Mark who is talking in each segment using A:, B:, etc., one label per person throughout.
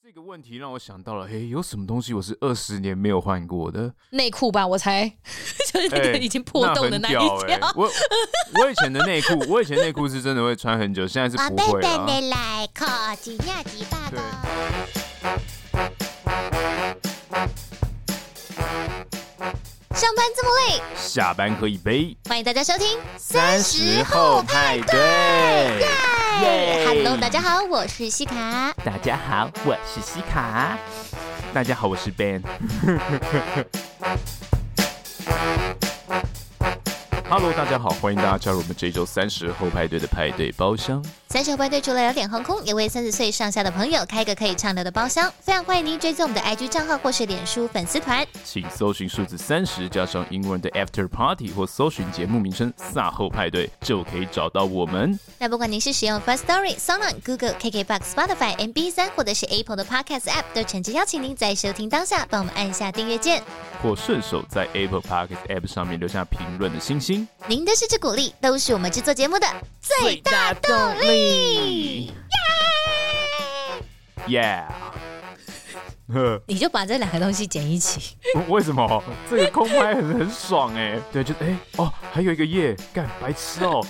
A: 这个问题让我想到了，诶，有什么东西我是二十年没有换过 的？
B: 内裤吧，我猜，就是那个
A: 诶
B: 已经破洞的
A: 哎那
B: 一
A: 很屌哎诶
B: 条。
A: 我我以前的内裤，我以前内裤是真的会穿很久，现在是
C: 宝
A: 不
C: 贝
A: 会了、啊
C: 等你来，靠几呀几爸
A: 对
C: 爸。
B: 上班这么累，
A: 下班喝一杯，
B: 欢迎大家收听。
A: 三
B: 十
A: 后派对。耶
B: Hello，大家好，我是西卡。
A: 大家好，我是西卡。大家好，我是 Ben。Hello，大家好，欢迎大家加入我们这一周三十后派对的派对包厢。
B: 三十后派对除了聊点航空，也为三十岁上下的朋友开个可以畅聊的包厢。非常欢迎您追踪我们的 IG 账号或是脸书粉丝团。
A: 请搜寻数字三十加上英文的 After Party 或搜寻节目名称“撒后派对”，就可以找到我们。
B: 那不管您是使用 First Story、Sound、Google、KKBox、Spotify、MB 三，或者是 Apple 的 Podcast App，都诚挚邀请您在收听当下帮我们按下订阅键。
A: 或顺手在 Apple Podcast App 上面留下评论的星星。
B: 您的支持鼓励都是我们制作节目的最大动力。
A: Yeah！呵
B: 你就把这两个东西剪一起，
A: 为什么这个空拍很很爽哎、对，就哎、哦，还有一个夜，干白痴哦。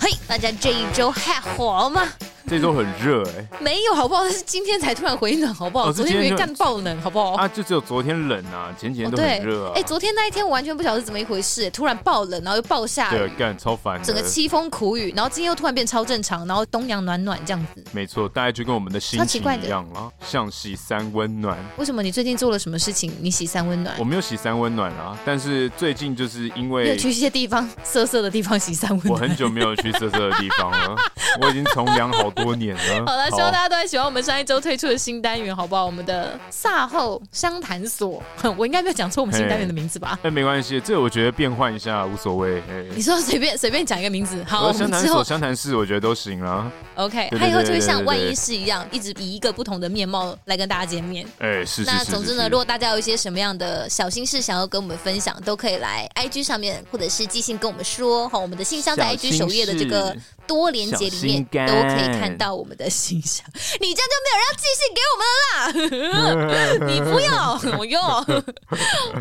B: 嘿，大家这一周还好吗？
A: 这周很热哎、
B: 没有好不好？但是今天才突然回暖，好不好？
A: 哦是
B: 昨天
A: 今天
B: 没
A: 就
B: 干爆冷，好不好？
A: 啊，就只有昨天冷啊，前几天
B: 哦
A: 都
B: 对
A: 很热啊。
B: 哎、昨天那一天我完全不晓得是怎么一回事，突然爆冷，然后又爆下
A: 对啊
B: 雨，，
A: 干超烦的。
B: 整个凄风苦雨，然后今天又突然变超正常，然后东阳暖暖这样子。
A: 没错，大概就跟我们的心
B: 超奇
A: 情
B: 怪的
A: 一样啦，像喜三温暖。
B: 为什么你最近做了什么事情？你洗三温暖
A: 我？没有喜三温暖啊，但是最近就是因
B: 你有
A: 为
B: 去一些地方色色的地方洗三温
A: 我
B: 暖？
A: 很久没有去色色的地方 了，我已经从良好多年了。
B: 好了，希望大家都很喜欢我们上一周推出的新单元，好不好？我们的萨后商谈所， 我应该没有讲错我们新单元的名字吧？
A: 哎但没关系，这我觉得变换一下无所谓。哎
B: 你说随便随 便讲一个名字，好，
A: 我
B: 我
A: 湘
B: 们
A: 潭
B: 之
A: 所、
B: 后
A: 湘潭市，我觉得都行啦。
B: OK，
A: 对对对
B: 它以后就
A: 对
B: 会
A: 对
B: 像
A: 对
B: 万一是一样，一直以一个不同的面貌来跟大家见面。
A: 哎，是是
B: 那
A: 是。
B: 总之
A: 是
B: 呢，
A: 是
B: 如果大家有一些什么样的小心事想要跟我们分享，都可以来 IG 上面，或者是寄信跟我们说。哈，我们的信箱在 IG 首页的这个多连接里
A: 小
B: 面
A: 心肝
B: 都可以看到我们的信箱。你这样就没有人要寄信 给我们了啦！你不要，我用。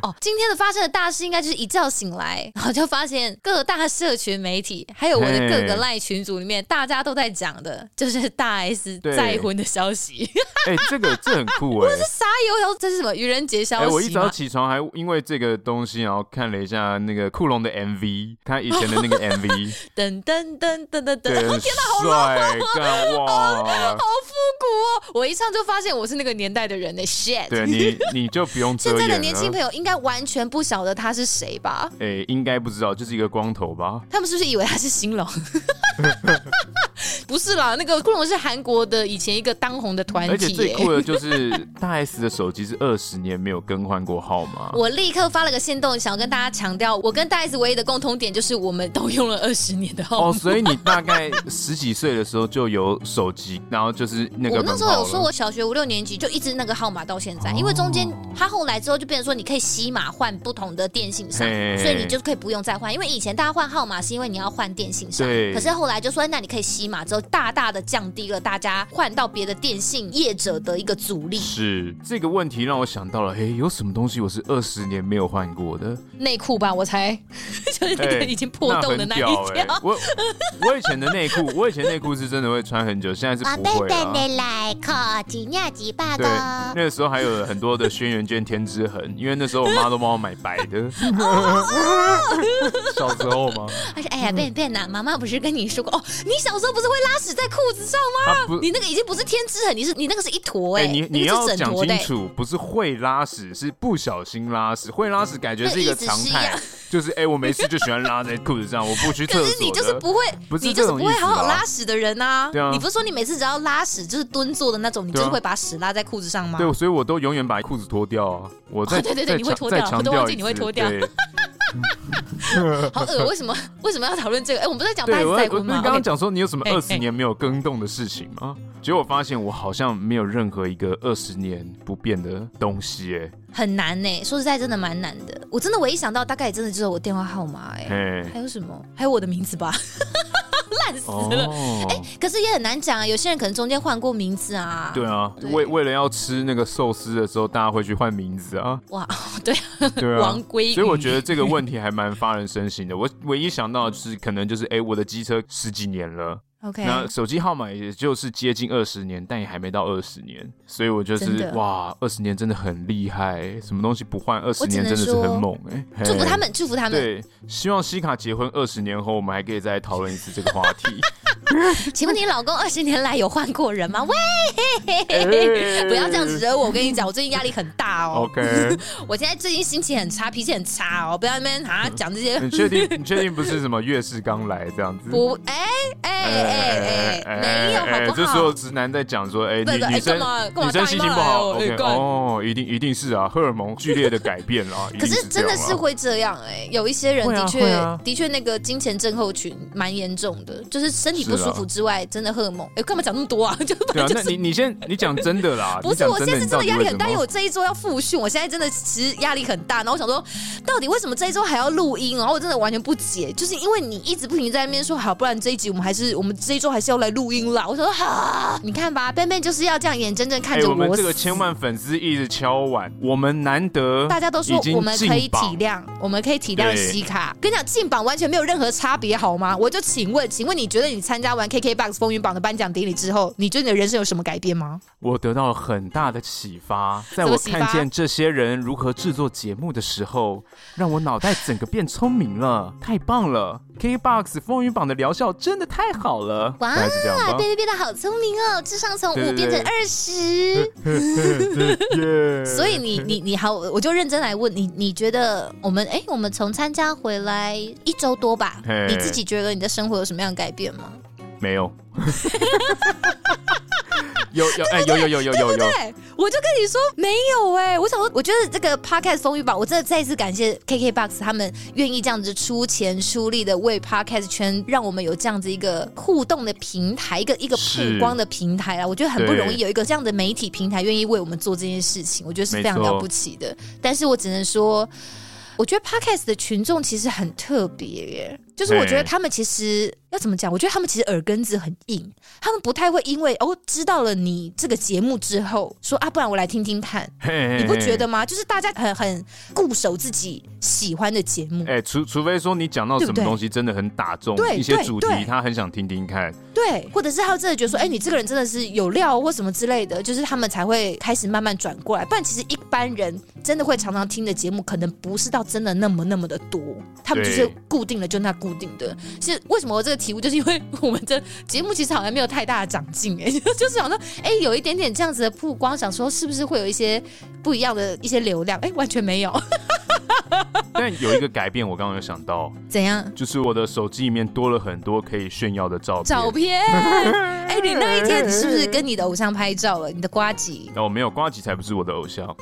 B: 哦，今天的发生的大事应该就是一觉醒来，然后就发现各大社群媒体还有我的各个
A: 嘿
B: 赖群组里面，大家都在讲的就是大 S
A: 对
B: 再婚的消息。
A: 哎，这个这很酷 哎。
B: 啥有？然后这是什么愚人节消息
A: 哎，
B: 吗？
A: 我一早起床还因为这个东西，然后看了一下那个库龙的 MV，他以前的那个 MV，
B: 噔噔噔噔噔噔，
A: 对， 很帅，干哇！
B: 啊好复古哦！我一唱就发现我是那个年代的人呢、shit，
A: 对你，你就不用遮
B: 现在
A: 掩
B: 的
A: 了。
B: 年轻朋友应该完全不晓得他是谁吧？
A: 哎，应该不知道，就是一个光头吧？
B: 他们是不是以为他是新郎？ 不是啦，那个库龙是韩国的以前一个当红的团
A: 而且
B: 体、
A: 最
B: 耶。
A: 酷的就是 大 S 的手机是二十年没有更换过号码。
B: 我立刻发了个线动，想要跟大家强调，我跟大 S 唯一的共通点就是我们都用了二十年的号
A: 哦，
B: 码。
A: 所以你大概十几岁的时候就有手机，然后就是那个
B: 我
A: 门
B: 那时
A: 号
B: 候有
A: 了嗯
B: 说，我小学五六年级就一直那个号码到现在，因为中间他后来之后就变成说你可以洗码换不同的电信商，
A: 嘿
B: 所以你就可以不用再换。因为以前大家换号码是因为你要换电信商，
A: 对
B: 可是后来就说那你可以洗码之后，大大的降低了大家换到别的电信业者的一个阻力。
A: 是这个问题让我想到了，诶，有什么东西我是二十年没有换过 的？
B: 内裤吧，我猜，就是那个
A: 诶
B: 已经破洞的那一
A: 哎那很屌诶哎欸
B: 条。
A: 我我以前的内裤，我以前内裤是真的会穿很久，现在是
B: 啊
C: 宝
A: 不会
C: 贝
A: 了、啊
C: 等你来，靠几呀几爸
A: 对
C: 爸，。
A: 那个时候还有很多的轩辕剑天之痕， 因为那时候我妈都帮我买白的。
B: 哦
A: 小时候吗？
B: 而且哎呀，
A: 嗯
B: 变变呐，妈妈不是跟你说过哦，你小时候不是会拉屎在裤子上吗？
A: 啊不，
B: 你那个已经不是天之痕，你是你那个是一坨哎、
A: 你
B: 那
A: 你
B: 个
A: 要
B: 是整
A: 讲
B: 坨的、
A: 清
B: 哎
A: 楚，不是会拉屎，是不小心拉屎。会拉屎感觉是一个常态
B: 那意思，
A: 就是哎、我没事就喜欢拉在裤子上，我 不去厕
B: 啊
A: 所
B: 可
A: 的。
B: 是你就是不会，
A: 不是
B: 你就是
A: 这
B: 不
A: 种
B: 会
A: 意思
B: 好好
A: 吧
B: 拉屎的人啊！
A: 对啊
B: 你不是说你每次只要拉屎就是蹲坐的那种，你就
A: 对啊
B: 是会把屎拉在裤子上吗？
A: 对，所以我都永远把裤子脱掉啊。我再、
B: 哦对对对
A: 再
B: 你会
A: 强
B: 脱
A: 再
B: 掉
A: 强
B: 我都
A: 调
B: 忘记
A: 一
B: 你会
A: 次
B: 脱掉
A: 对
B: 好恶，为什么为什么要讨论这个？哎，我们不是在讲大
A: 对，我
B: S 再
A: 我
B: 婚
A: 那
B: 吗
A: 你刚刚
B: OK，
A: 讲说你有什么
B: 哎
A: 二十年没有更动的事情吗？结果发现我好像没有任何一个二十年不变的东西、
B: 很难呢、说实在，真的蛮难的。我真的唯一想到，大概也真的只有我电话号码哎、
A: 哎，哎，
B: 还有什么？还有我的名字吧。烂死了。
A: 哦，
B: 哎、可是也很难讲啊，有些人可能中间换过名字啊。
A: 对啊，
B: 对
A: 为为了要吃那个寿司的时候，大家会去换名字啊，
B: 哇， 对啊，
A: 对啊，
B: 王归
A: 所以我
B: 宇
A: 觉得这个问题还蛮发人深省的。我唯一想到的就是，可能就是哎、我的机车十几年了，
B: OK，
A: 那手机号码也就是接近二十年，但也还没到二十年，所以我就
B: 真
A: 是
B: 的
A: 哇，二十年真的很厉害，什么东西不换，二十
B: 我只
A: 年
B: 能
A: 真的是很猛哎、嘿
B: 祝福他。们，祝福他们。
A: 对，希望西卡结婚二十年后，我们还可以再讨论一次这个话 题。
B: 请问你老公二十年来有换过人 吗？喂，
A: 哎
B: 不要这样子惹我，我跟你讲，我最近压力很大哦。
A: OK，
B: 我现在最近心情很差，脾气很差哦，不要在那边啊讲这些
A: 你确定？你确定不是什么月事刚来这样子？
B: 不哎哎哎哎，没有好不
A: 就所有
B: 好？
A: 直男在讲说，哎，
B: 对
A: 女
B: 对
A: 女
B: 哎
A: 生
B: 干嘛干嘛
A: 女生心情不好
B: 大姨妈
A: ，OK，
B: 来哦哎干
A: 哦，一定一定是啊，荷尔蒙剧烈的改变啦，一
B: 可
A: 定
B: 是
A: 这
B: 真
A: 样
B: 的
A: 啊
B: 是会这样哎、有一些人
A: 会啊
B: 的
A: 会
B: 确、
A: 啊
B: 的确那个金钱症候群蛮严重的，就是身体不舒服之外，真的荷尔蒙。哎，干嘛讲那么多啊？ 就
A: 对
B: 反
A: 啊，
B: 正
A: 那
B: 就是
A: 你你先你讲真的啦，
B: 不
A: 你
B: 是，
A: 讲
B: 我现在是真的压力很大，因为
A: 有
B: 我这一周要复训，我现在真的其实压力很大。然后我想说，到底为什么这一周还要录音？然后我真的完全不解，就是因为你一直不停在那边说，好，不然这一集我们还是我们这一周还是要来录音啦。我想说，哈，你看吧，贝贝就是要这样眼睁睁看
A: 哎，
B: 着
A: 我们
B: 我
A: 这个
B: 死。
A: 千万粉丝一直敲碗，我们难得
B: 大家都说
A: 已经
B: 我们可以
A: 进榜
B: 体谅，我们可以体谅
A: 对
B: 西卡。跟你讲，进榜完全没有任何差别，好吗？我就请问，请问你觉得你参加完 KKBOX 风云榜的颁奖典礼之后，你觉得你的人生有什么改变吗？
A: 我得到了很大的启发，在
B: 怎么
A: 我
B: 启
A: 看
B: 发
A: 见这些人如何制作节目的时候，让我脑袋整个变聪明了，太棒了！K-box 风云榜的疗效真的太好了，
B: 哇
A: 大概是这样吧。
B: 贝变得好聪明哦，智商从
A: 对对对
B: 二十。
A: 耶
B: 所以你你你好，我就认真来问你，你觉得我们哎、我们从参加回来一周多吧
A: 嘿，
B: 你自己觉得你的生活有什么样的改变吗？
A: 没有。有有哎有有有有有有，
B: 对，我就跟你说没有哎、我想说，我觉得这个 podcast 风雨榜，我真的再一次感谢 KKBox 他们愿意这样子出钱出力的为 podcast 圈让我们有这样子一个互动的平台，一个一个
A: 是
B: 曝光的平台啦。我觉得很不容易
A: 对
B: 有一个这样的媒体平台愿意为我们做这件事情，我觉得是非常
A: 没错
B: 了不起的。但是我只能说。我觉得 podcast 的群众其实很特别耶，就是我觉得
A: 对
B: 他们其实要怎么讲？我觉得他们其实耳根子很硬，他们不太会因为哦知道了你这个节目之后说啊，不然我来听听看，
A: 嘿
B: 你不觉？得吗？就是大家很很固守自己喜欢的节目
A: 嘿嘿，哎，除除非说你讲到
B: 对
A: 什
B: 不
A: 么
B: 对
A: 东西真的很打中，
B: 对
A: 一些
B: 对
A: 主题
B: 对
A: 他很想听听看，
B: 对，或者是他真的觉得说，哎，你这个人真的是有料或什么之类的，就是他们才会开始慢慢转过来。不然其实一般人真的会常常听的节目，可能不是到真的那么那么的多，他们
A: 对
B: 就是固定的就那固定的。是为什么我这个题目，就是因为我们的节目其实好像没有太大的长进，哎， 就是想说，哎，有一点点这样子的曝光，想说是不是会有一些不一样的一些流量？哎，完全没有，
A: 但有一个改变，我刚刚有想到，
B: 怎样？
A: 就是我的手机里面多了很多可以炫耀的照片。
B: 照片？哎、你那一天你是不是跟你的偶像拍照了？你的瓜吉，
A: 哦，没有，瓜吉才不是我的偶像，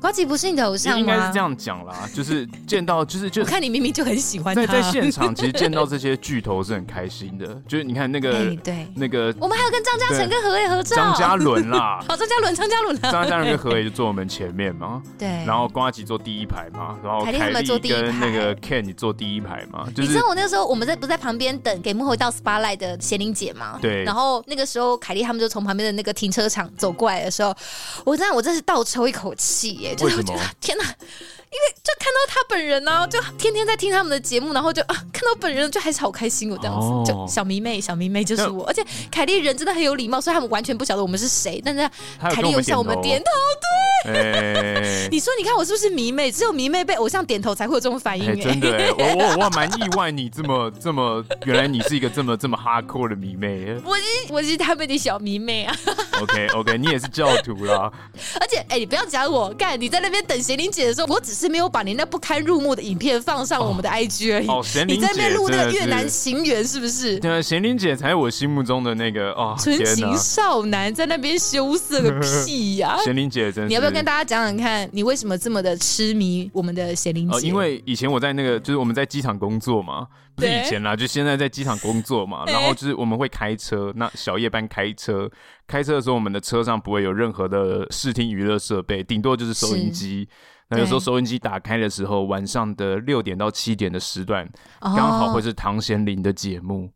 B: 瓜吉不是你的偶 像吗？
A: 应该是这样讲 啦。就是见到，就是就
B: 我看你明明就很喜欢他。哎
A: 在在现场，其实见到这些巨头是很开心的。就是你看那
B: 哎、
A: 个
B: 对，
A: 那个
B: 我们还有跟张嘉诚
A: 对
B: 跟何伟合照。
A: 张嘉伦 啦，
B: 好，张嘉伦，张嘉伦啊，
A: 张嘉伦跟何也就坐我们前面嘛，
B: 对。
A: 然后瓜吉坐第一排嘛，然后
B: 哎凯莉
A: 凯
B: 他们坐
A: 莉
B: 第一
A: 跟那
B: 排
A: 个 Ken 坐第一排嘛，就
B: 你知
A: 是
B: 道我那个时候我们在不在旁边等给幕后到 SPA 的贤玲姐吗？
A: 对
B: 然后那个时候凯莉他们就从旁边的那个停车场走过来的时候，我真的我真是倒抽一口气耶，就是我
A: 为什
B: 觉
A: 么
B: 得啊天哪，因为就看到他本人呢、啊，就天天在听他们的节目，然后就啊看到本人就还是好开心哦，这样子，
A: 哦
B: 就小迷妹，小迷妹就是
A: 那
B: 我，而且凯莉人真的很有礼貌，虽然他们完全不晓得我们是谁，但是
A: 他有
B: 凯
A: 跟
B: 莉
A: 我
B: 有
A: 们
B: 向我们点
A: 点
B: 头。
A: 头，哦哎。
B: 你说，你看我是不是迷妹？只有迷妹被偶像点头才会有这种反应
A: 哎、
B: 哎、
A: 真的哎、我我我还蛮意外，你这么这么，原来你是一个这么这么哈扣的迷妹。
B: 我是我是他们的小迷妹啊！
A: OK OK，你也是教徒啦。
B: 而且，哎、你不要讲我，干你在那边等贤玲姐的时候，我只是没有把你那不堪入目的影片放上我们的 IG 而已。
A: 哦，贤
B: 你
A: 玲姐
B: 在那边录那个
A: 真的
B: 越南
A: 是
B: 情缘是不是？
A: 对啊，贤玲姐才是我心目中的那个 哦，
B: 纯
A: 天哪
B: 情！少男在那边羞 涩个屁呀、
A: 贤玲姐真是
B: 啊你要不要跟大家讲讲看，你为什么这么的痴迷我们的贤玲姐？
A: 呃，因为以前我在那个，就是我们在机场工作嘛，不是
B: 对
A: 以前啦，就现在在机场工作 嘛。
B: 哎
A: 然后就是我们会开车，那小夜班开车，开车的时候我们的车上不会有任何的视听娱乐设备，顶多就是收音机。那有时候
B: 对
A: 收音机打开的时候，晚上的六点到七点的时段，刚好会
B: 哦、
A: 是唐贤林的节目。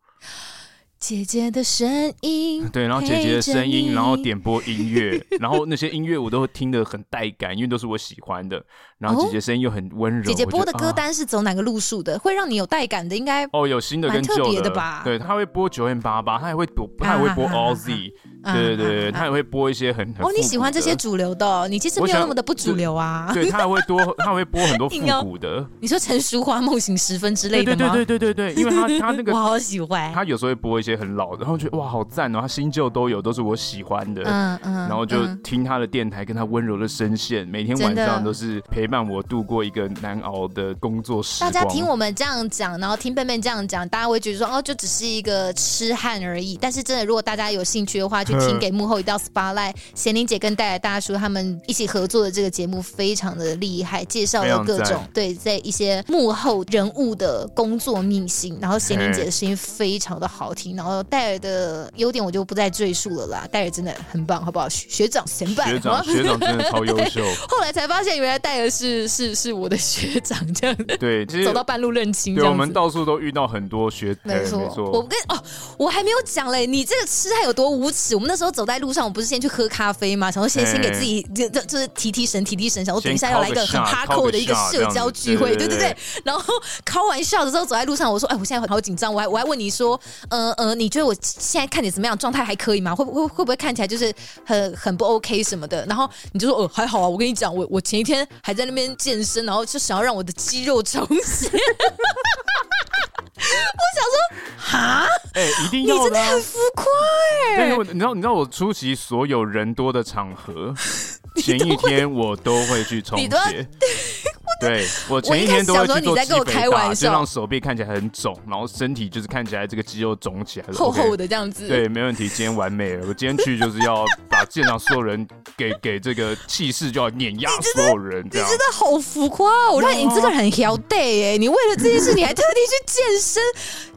B: 姐姐的声音，
A: 对，然后姐姐的声
B: 陪着
A: 音，
B: 你
A: 然后点播音 乐，然后那些音乐我都听得很带感，因为都是我喜欢的。然后姐姐声音又很温柔，
B: 哦姐姐
A: 我
B: 播
A: 觉
B: 的
A: 得
B: 歌
A: 啊
B: 单是走哪个路数的？会让你有带感的，应该
A: 哦，有新的跟
B: 蛮特
A: 旧
B: 别的吧
A: 对，他会播九点八八，他也会播，他也会播
B: 啊啊啊啊
A: OZ，对对对对，
B: 啊啊啊
A: 他也会播一些很很
B: 哦，你
A: 复
B: 喜
A: 古
B: 欢这
A: 的
B: 些主流的哦，你其实
A: 我
B: 没有
A: 想
B: 那么的不主流啊。
A: 对，他还会多，他会播 很多复
B: 硬要
A: 古的，
B: 你说陈淑桦《梦醒时分》之类
A: 对
B: 的
A: 对
B: 吗？
A: 对对对对对，因为他他那
B: 我
A: 个
B: 好喜欢。
A: 他有时候会播一些很老的，然后觉得哇好赞哦，他新旧都有，都是我喜欢的。
B: 嗯嗯，
A: 然后就
B: 嗯
A: 听他的电台，跟他温柔的声线，每天
B: 真
A: 晚
B: 的
A: 上都是陪伴我度过一个难熬的工作时
B: 大
A: 光。
B: 家听我们这样讲，然后听贝贝这样讲，大家会觉得说哦，就只是一个痴汉而已。但是真的，如果大家有兴趣的话，去听给幕后一道
A: 嗯
B: spotlight，贤玲姐跟戴尔大叔他们一起合作的这个节目非常的厉害，介绍了各
A: 非常
B: 种
A: 赞
B: 对在一些幕后人物的工作秘辛。然后贤玲姐的声音非常的好听，然后戴尔的优点我就不再赘述了啦，戴尔真的很棒，好不好？学学长前辈，
A: 学
B: 好
A: 长，
B: 吗
A: 学长真的超优 秀。
B: 后来才发现，原来戴尔是是是我的学长这样子。
A: 对，其实
B: 走到半路认清这
A: 对我
B: 样
A: 们
B: 子。
A: 到处都遇到很多学，
B: 没
A: 对
B: 错，
A: 没错，
B: 我跟哦，我还没有讲嘞，你这个痴汉有多无耻！我们那时候走在路上，我不是先去喝咖啡吗？想说先
A: 哎
B: 先给自己就就就是提提神，提提神，想说
A: 先
B: 等一下要来一个很
A: call 个 shot，
B: hardcore 的一个
A: call 个 shot，
B: 社交聚会，
A: 这
B: 对
A: 样子
B: 对
A: 对
B: 对。然后开玩笑的时候走在路上，我说：“哎，我现在好紧张。”我还我还问你说：“呃呃，你觉得我现在看你怎么样？状态还可以吗？会不会会不会看起来就是很很不 OK 什么的？”然后你就说：“哦，还好啊。”我跟你讲，我我前一天还在那边健身，然后就想要让我的肌肉重 现。哈，
A: 哎、一定
B: 你
A: 要
B: 真的
A: 的啊、
B: 很浮夸哎、
A: 但是我你知道，你知道我出席所有人多的场 合，前
B: 都
A: 一天我都会去充
B: 你都要
A: 血。 对，我前
B: 一
A: 一
B: 开
A: 天
B: 始
A: 都
B: 想
A: 会
B: 说
A: 去
B: 你
A: 做
B: 在
A: 肌
B: 跟我
A: 肥
B: 开
A: 大
B: 玩
A: 就
B: 笑
A: 让手臂看起来很肿，然后身体就是看起来这个肌肉肿起来，
B: 厚厚
A: 的。
B: 的这样子。
A: 对，没问题，今天完美了。我今天去就是要 把现场所有人给给这个气势，就要碾压所有人这
B: 你
A: 样
B: 真。的好浮夸哦！我让你这个人很 h e day 哎、你为了这件事，你还特地去健身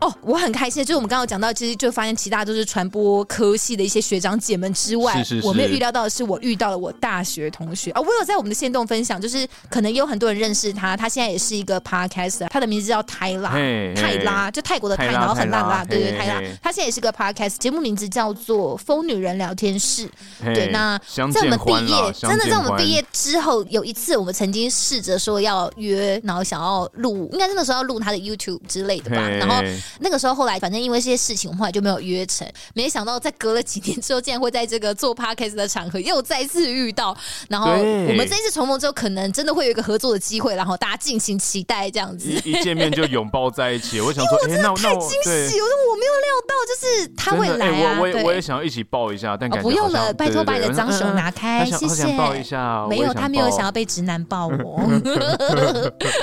B: 哦，我很开心。就是我们刚刚有讲到，其实就发现其他都是传播科系的一些学长姐们之外，
A: 是是是
B: 我没有预料到的是，我遇到了我大学同学啊、我有在我们的线动分享，就是可能也有很多人认识他，他现在也是一个 podcaster，他的名字叫泰拉
A: 嘿，
B: 泰拉就泰国的泰，
A: 泰拉
B: 然后很辣
A: 泰拉
B: 辣，对对
A: 嘿
B: 泰拉
A: 嘿，
B: 他现在也是个 podcast，节目名字叫做《疯女人聊天室》。
A: 嘿
B: 对，那
A: 哎相
B: 在我
A: 见
B: 们
A: 欢
B: 毕业，
A: 啦，相
B: 真的
A: 见
B: 在我们
A: 欢
B: 毕业之后，有一次我们曾经试着说要约，然后想要录，应该是那时候要录他的 YouTube 之类的吧。
A: 嘿
B: 然后那个时候后来，反正因为一些事情，我们后来就没有约成。没想到在隔了几年之后，竟然会在这个做 podcast 的场合又再次遇到。然后
A: 对
B: 我们这一次重逢之后，可能真的会有一个合作的机会，然后大家敬请期待这样子。
A: 一一见面就拥抱在一起，我想说，哎、那那
B: 太
A: 我
B: 惊 喜！我
A: 对
B: 说我没有料到，就是他会
A: 真的
B: 来
A: 哎
B: 啊！
A: 我我也
B: 对
A: 我也想要一起抱一下，但
B: 哦
A: 感觉、好
B: 不用
A: 像
B: 了，拜托把你的脏手。拿
A: 对
B: 开，
A: 对对我想嗯嗯他想
B: 谢
A: 他想
B: 谢。
A: 抱一下，
B: 没
A: 啊我也
B: 有，
A: 想
B: 他没有
A: 抱
B: 想要。被直男 抱我，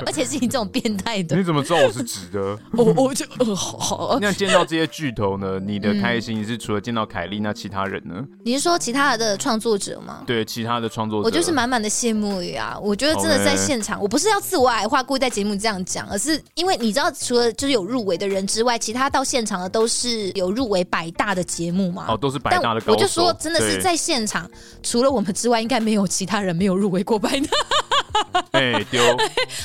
B: 而且是你这种变态的
A: 你。怎么知道我是直的？
B: 我我就呃好好，
A: 那见到这些巨头呢？你的开心是除了见到凯莉，那其他人呢？
B: 你是说其他的创作者吗？
A: 对，其他的创作者，
B: 嗯我就是满满的羡慕语啊！我觉得真的在现场，我不是要自我矮化，故意在节目这样讲，而是因为你知道，除了就是有入围的人之外，其他到现场的都是有入围百大的节目嘛。
A: 哦，都是百
B: 但
A: 大的高手。
B: 我就说，真的是
A: 对
B: 在现场，除了我们之外，应该没有其他人没有入围过百大。
A: 哎丢，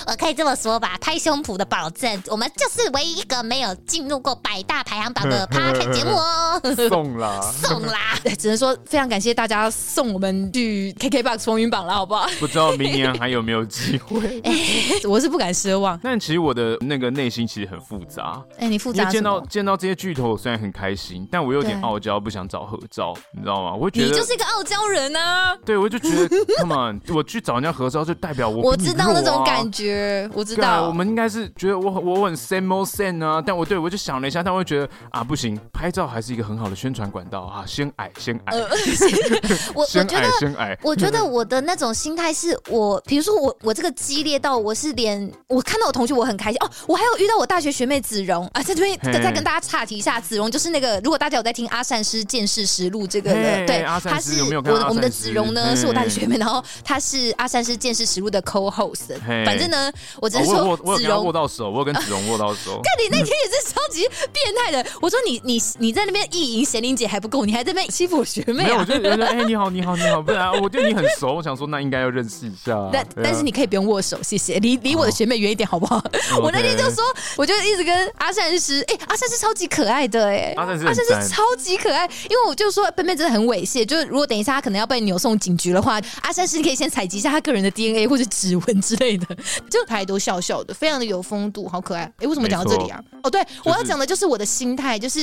C: 我可以这么说吧，拍胸脯的保证，我们就是唯一一个没有进入过百大排行 榜的 p o d 节目哦，
A: 送啦。
C: 送啦！
B: 对 只能说非常感谢大家送我们去 KKBOX 风云榜了，好不好？
A: 不知道明年还有没有机 会？
B: 我是不敢奢望。
A: 但其实我的那个内心其实很复杂，
B: 哎、你复
A: 因
B: 杂
A: 为
B: 什
A: 见到
B: 么？
A: 见到这些巨头，我虽然很开心，但我有点
B: 对
A: 傲娇，不想找合照，你知道吗？我会觉
B: 你
A: 得
B: 就是一个傲娇人啊！
A: 对，我就觉 得，come on，我去找人家合照就代表我
B: 我
A: 比你
B: 知道
A: 弱
B: 那种
A: 啊
B: 感。觉，我知
A: 对啊，
B: 道。
A: 我们应该是觉得我我很 same old same 啊，但我对我就想了一下，但我会觉得啊不行，拍照还是一个很好的宣传管道啊，先矮先矮，
B: 呃我我觉
A: 先
B: 得
A: 矮先矮，
B: 我觉得我的那种心态是我，比如说我我这个激烈到我是连我看到我同学我很开心哦，我还有遇到我大学学妹子荣啊，在这边
A: 嘿
B: 再跟大家岔题一下，子荣就是那个如果大家有在听阿善师见识实录这个
A: 嘿
B: 的，对，
A: 阿善
B: 他
A: 师
B: 是
A: 有没有
B: 我
A: 看
B: 的
A: 阿
B: 我们的
A: 善师
B: 子荣呢
A: 嘿
B: 是我大学学妹，然后她是阿善师见识实录的 co-host
A: 嘿。
B: 反正呢，我只
A: 哦
B: 是
A: 我
B: 说
A: 我我有跟他
B: 子荣
A: 握到手，我有跟子荣握到 手。
B: 你那天也是超级变态的。我说你你你在那边意淫贤玲姐还不够，你还在那边欺负我学妹
A: 没有，我
B: 啊？
A: 就觉得哎、你好，你好，你好，不然我对你很熟，我想说那应该要认识一下。
B: 但
A: 对啊
B: 但是你可以不用握手，谢谢。离离我的学妹远一点好不好？
A: OK
B: 我那天就说，我就一直跟阿善师，哎、阿善师超级可爱的哎、
A: 阿善师很
B: 阿善
A: 赞
B: 师超级可爱，因为我就说笨笨真的很猥亵，就是如果等一下他可能要被扭送警局的话，阿善师你可以先采集一下他个人的 DNA 或者指纹之类的， 就还都笑笑的，非常的有风度，好可爱。哎、为什么讲到这里啊？哦，对，我要讲的就是我的心态，就是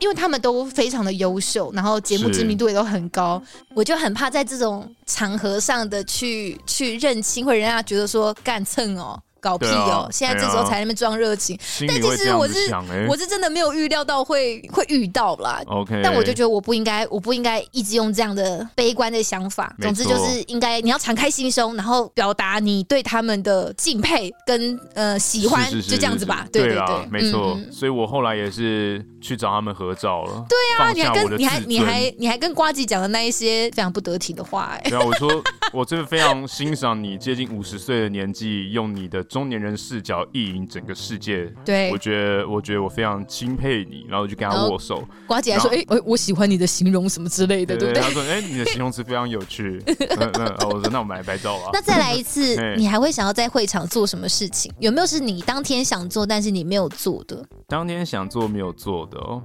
B: 因为他们都非常的优秀，然后节目
A: 是
B: 知名度也都很高，
A: 嗯
B: 我就很怕在这种场合上的去去认亲，会让人家觉得说干蹭哦，搞屁
A: 对
B: 哦，
A: 啊
B: 现在这时
A: 对
B: 候
A: 啊
B: 才在那边装热情。
A: 心
B: 但
A: 里
B: 其
A: 会这
B: 实
A: 样
B: 我
A: 子
B: 是
A: 想哎、
B: 我是真的没有预料到会会遇到啦。
A: OK，
B: 但我就觉得我不应该，我不应该一直用这样的悲观的想法。
A: 没
B: 总
A: 错
B: 之就是应该，你要敞开心胸，然后表达你对他们的敬佩跟呃喜欢，
A: 是是是
B: 就这样子吧
A: 是。
B: 对
A: 对
B: 对
A: 啊
B: 对，
A: 没错、
B: 嗯嗯
A: 所以我后来也是去找他们合照了。对
B: 对啊，你还跟你还你还你还跟瓜吉讲的那一些非常不得体的话、哎，
A: 对啊，我说我真的非常欣赏你接近五十岁的年纪，用你的中年人视角意淫整个世界。
B: 对
A: 我，觉得，我觉得我非常钦佩你，然后我就跟他
B: 然后
A: 握手。
B: 瓜姐还 说：“哎、我我喜欢你的形容什么之类的，对不对
A: 他说：“哎、你的形容词非常有 趣。嗯”那那我说：“那我们来拍照？”啊吧
B: 那。再来一次
A: 嘿，
B: 你还会想要在会场做什么事情？有没有是你当天想做但是你没有做的？
A: 当天想做没有做的哦，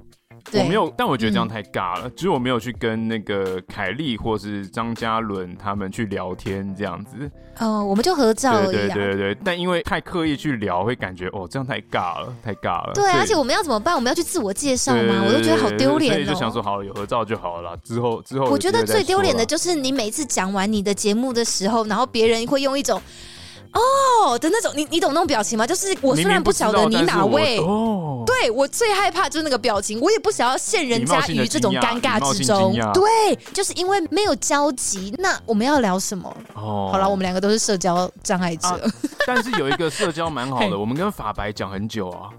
B: 对，
A: 我没有，但我觉得这样太尬了。就是我没有去跟那个凯莉或是张嘉伦他们去聊天这样子。
B: 哦，我们就合照而
A: 对对
B: 已啊。
A: 对对，但因为太刻意去聊，会感觉哦，这样太尬了，太尬了。
B: 对，
A: 所以
B: 而且我们要怎么办？我们要去自我介绍
A: 对对
B: 吗？我都觉得好
A: 对对
B: 丢
A: 所以
B: 脸
A: 就想
B: 哦。
A: 说好了，有合照就好了啦。之后之后有
B: 我
A: 机
B: 觉
A: 会再说啦，啊
B: 得最丢脸的就是你每次讲完你的节目的时候，然后别人会用一种哦的那种，你你懂那种表情吗？就是我虽
A: 明
B: 然
A: 明
B: 不
A: 不
B: 晓得
A: 知
B: 你
A: 道但是
B: 哪
A: 我
B: 位，
A: 哦，
B: 对我最害怕就是那个表情，我也不想要陷人家于这种尴尬之中
A: 礼貌性的惊讶礼貌性惊讶。
B: 对，就是因为没有交集，那我们要聊什么？
A: 哦，
B: 好了，我们两个都是社交障碍者，
A: 啊但是有一个社交蛮好
B: 嘿
A: 的，我们跟法白讲很久啊，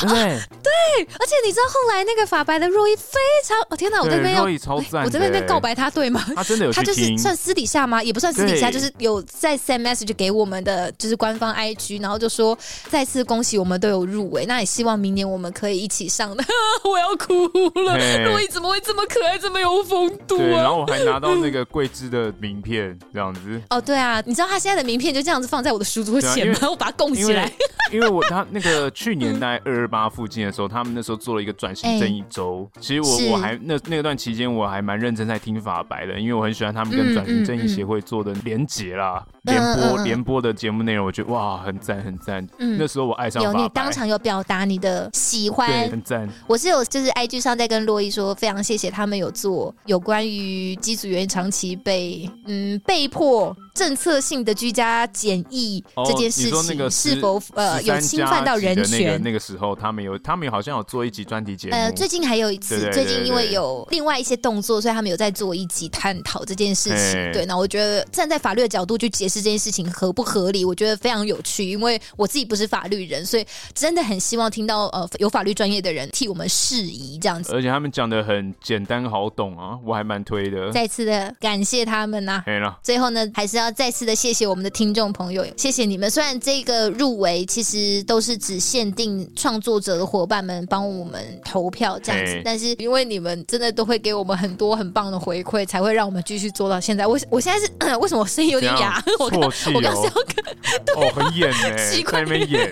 A: 对不对？
B: 而且你知道后来那个法白的若依非常，哦天哪，我
A: 对
B: 这边要
A: 若，意超赞的，
B: 我这边在告白他对吗？
A: 他真的有
B: 他
A: 去
B: 就是
A: 听，
B: 算私底下吗？也不算私底下，
A: 对
B: 就是有在 send message 给我 们的，就是官方 IG，然后就说再次恭喜我们都有入围，那也希望明年我们可以一起上的。我要哭了，
A: 嘿
B: 若依怎么会这么可爱，这么有风度
A: 对，然
B: 啊？
A: 后我还拿到 那个桂枝的名片，这样子。
B: 哦，对啊，你知道他现在的名片就这样子放在我的书桌
A: 对啊
B: 前
A: 因
B: 吗
A: 为？
B: 我把它供
A: 因
B: 起来
A: 为。 因为我他那个去年大概二二八附近的时候，他们那时候做了一个转型正义周。其实
B: 嗯是
A: 我我还那那段期间我还蛮认真在听法白的，因为我很喜欢他们
B: 嗯
A: 跟转型正
B: 嗯
A: 义协会做的连结啦，
B: 嗯
A: 联
B: 嗯嗯
A: 播联播的节目内容，我觉得哇很赞很赞。
B: 嗯
A: 那时候我爱上
B: 有
A: 法
B: 你当
A: 白，
B: 场有表达你的喜
A: 对，
B: 欢，
A: 很赞。
B: 我是有就是 IG 上在跟洛伊说，非常谢谢他们有做有关于机组员长期被嗯被迫政策性的居家检疫
A: 哦
B: 这件事
A: 你说那
B: 情、
A: 个
B: 是否呃
A: 13
B: 有侵犯到人
A: 加级的那
B: 权
A: 个。那个时候他们有他们好像有做一集专题节目，
B: 呃，最近还有一次，
A: 对对对
B: 最近因为有另外一些动作，所以他们有在做一集探讨这件事情。
A: 嘿
B: 对，那我觉得站在法律的角度去解释这件事情合不合理，我觉得非常有趣，因为我自己不是法律人，所以真的很希望听到呃有法律专业的人替我们释疑这样子。
A: 而且他们讲的很简单好懂啊，我还蛮推的。
B: 再次的感谢他们呐、
A: 没了，
B: 最后呢，还是要再次的谢谢我们的听众朋友，谢谢你们。虽然这个入围其实都是只限定创作者的伙伴们帮我们投票这样子
A: 嘿，
B: 但是因为你们真的都会给我们很多很棒的回馈，才会让我们继续做到现在。我我现在是 为什么我声音有点哑？
A: 怎样
B: 我刚
A: 啜泣
B: 我刚
A: 哦
B: 是要跟
A: 哦，很演呢、
B: 奇怪
A: 在那边演，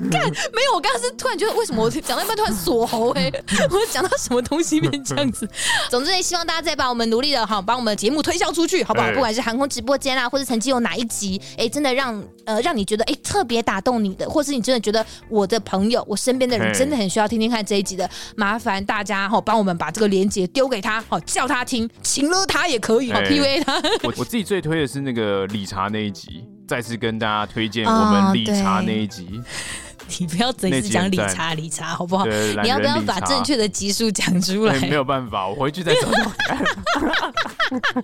B: 没有，我刚刚是突然觉得为什么 我讲到一半突然锁喉哎、 我讲到什么东西变这样子。 总之呢，希望大家再把我们努力的哈，把我们节目推销出去，好不好？
A: 哎
B: 不管是航空直播间啊，或者曾经有哪一集，哎、真的让呃让你觉得哎、特别打动你的，或是你真的觉得我的朋友，我身边的人
A: 哎
B: 真的很需要听听看这一集的，麻烦大家哈帮我们把这个链接丢给他，好叫他听，请了他也可以，好
A: 哎
B: PUA 他。
A: 我我自己最推的是那个理查那一集，再次跟大家推荐
B: 哦
A: 我们理查那一集。
B: 你不要只一直讲理查理查好哦不好？
A: 对，懒
B: 你要不
A: 人
B: 要
A: 理
B: 把
A: 查
B: 正确的集数讲出来？
A: 哎没有办法，我回去再找找看。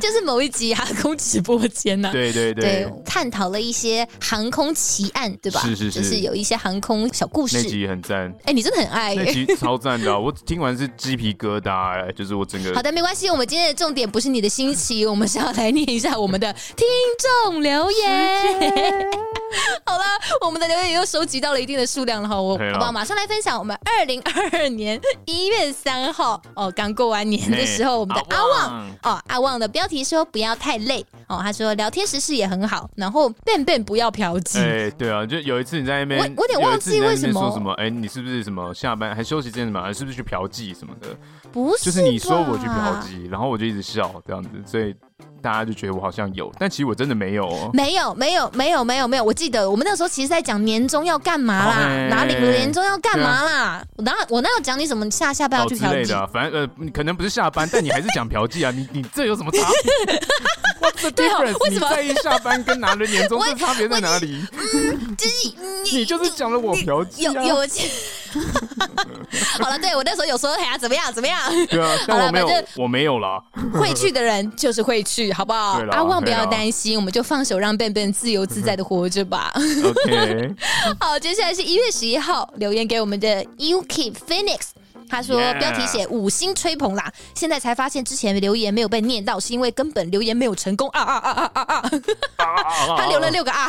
C: 就是某一集航空直播间呐、
A: 对对
C: 对，探讨了一些航空奇案，对吧？
A: 是是是
C: 就是有一些航空小故
A: 那
C: 事。
A: 集也很赞，
C: 哎、你真的很爱、
A: 那
C: 耶
A: 集超赞的啊、我听完是鸡皮疙瘩、哎，就是我整个
C: 好的，没关系。我们今天的重点不是你的新奇，我们是要来念一下我们的听众留 言。好啦，我们的留言又收集到了一定的数量了哈，我
A: 对啦
C: 好不好？马上来分享我们二零二二年一月三号哦，刚过完年的时候，我们的阿旺。哦，阿旺的标题说不要太累哦，他说聊天时事也很好，然后便便不要嫖
A: 哎、
C: 妓，
A: 对啊，就有一次你在那边，
C: 我我有点忘记
A: 有一次你在那边
C: 为什么
A: 说什么？哎、你是不是什么下班还休息之前什么？哎是不是去嫖妓什么的？
C: 不是？
A: 就是你说我去嫖，妓，然后我就一直笑这样子，所以大家就觉得我好像有，但其实我真的没有 哦。
C: 没有，没有，没有，没有，没有。我记得我们那时候其实在讲年终要干嘛啦，
A: 哎
C: 哪领了年终要干嘛啦？我哪我哪有讲你什么下下班
A: 哦
C: 要去
A: 之
C: 嫖
A: 类的、
C: 妓？
A: 啊，反正呃，你可能不是下班，但你还是讲嫖妓啊，你你这有什么差 别？What's the
C: 对哦
A: difference？、
C: 啊为
A: 你
C: 什么
A: 在意下班跟拿了年终，
C: 我
A: 这差别在哪里？
C: 就是嗯
A: 你就是讲了我嫖妓、
C: 有
A: 啊，
C: 有钱。 好了，对我那时候有说，哎呀，怎么样，怎么样？
A: 对啊，但
C: 好
A: 我
C: 啦
A: 没有
C: 反正，
A: 我没有啦。
C: 会去的人就是会去，好不好
A: 对？啦
C: 阿旺不
A: 对啦
C: 要担心，我们就放手让笨笨自由自在的活着吧。
A: 呃 OK，
C: 好，接下来是一月十一号留言给我们的 Yuki Phoenix。他说
A: Yeah
C: 标题写五星吹捧啦，现在才发现之前留言没有被念到，是因为根本留言没有成功啊啊啊啊啊啊！他留了六个啊，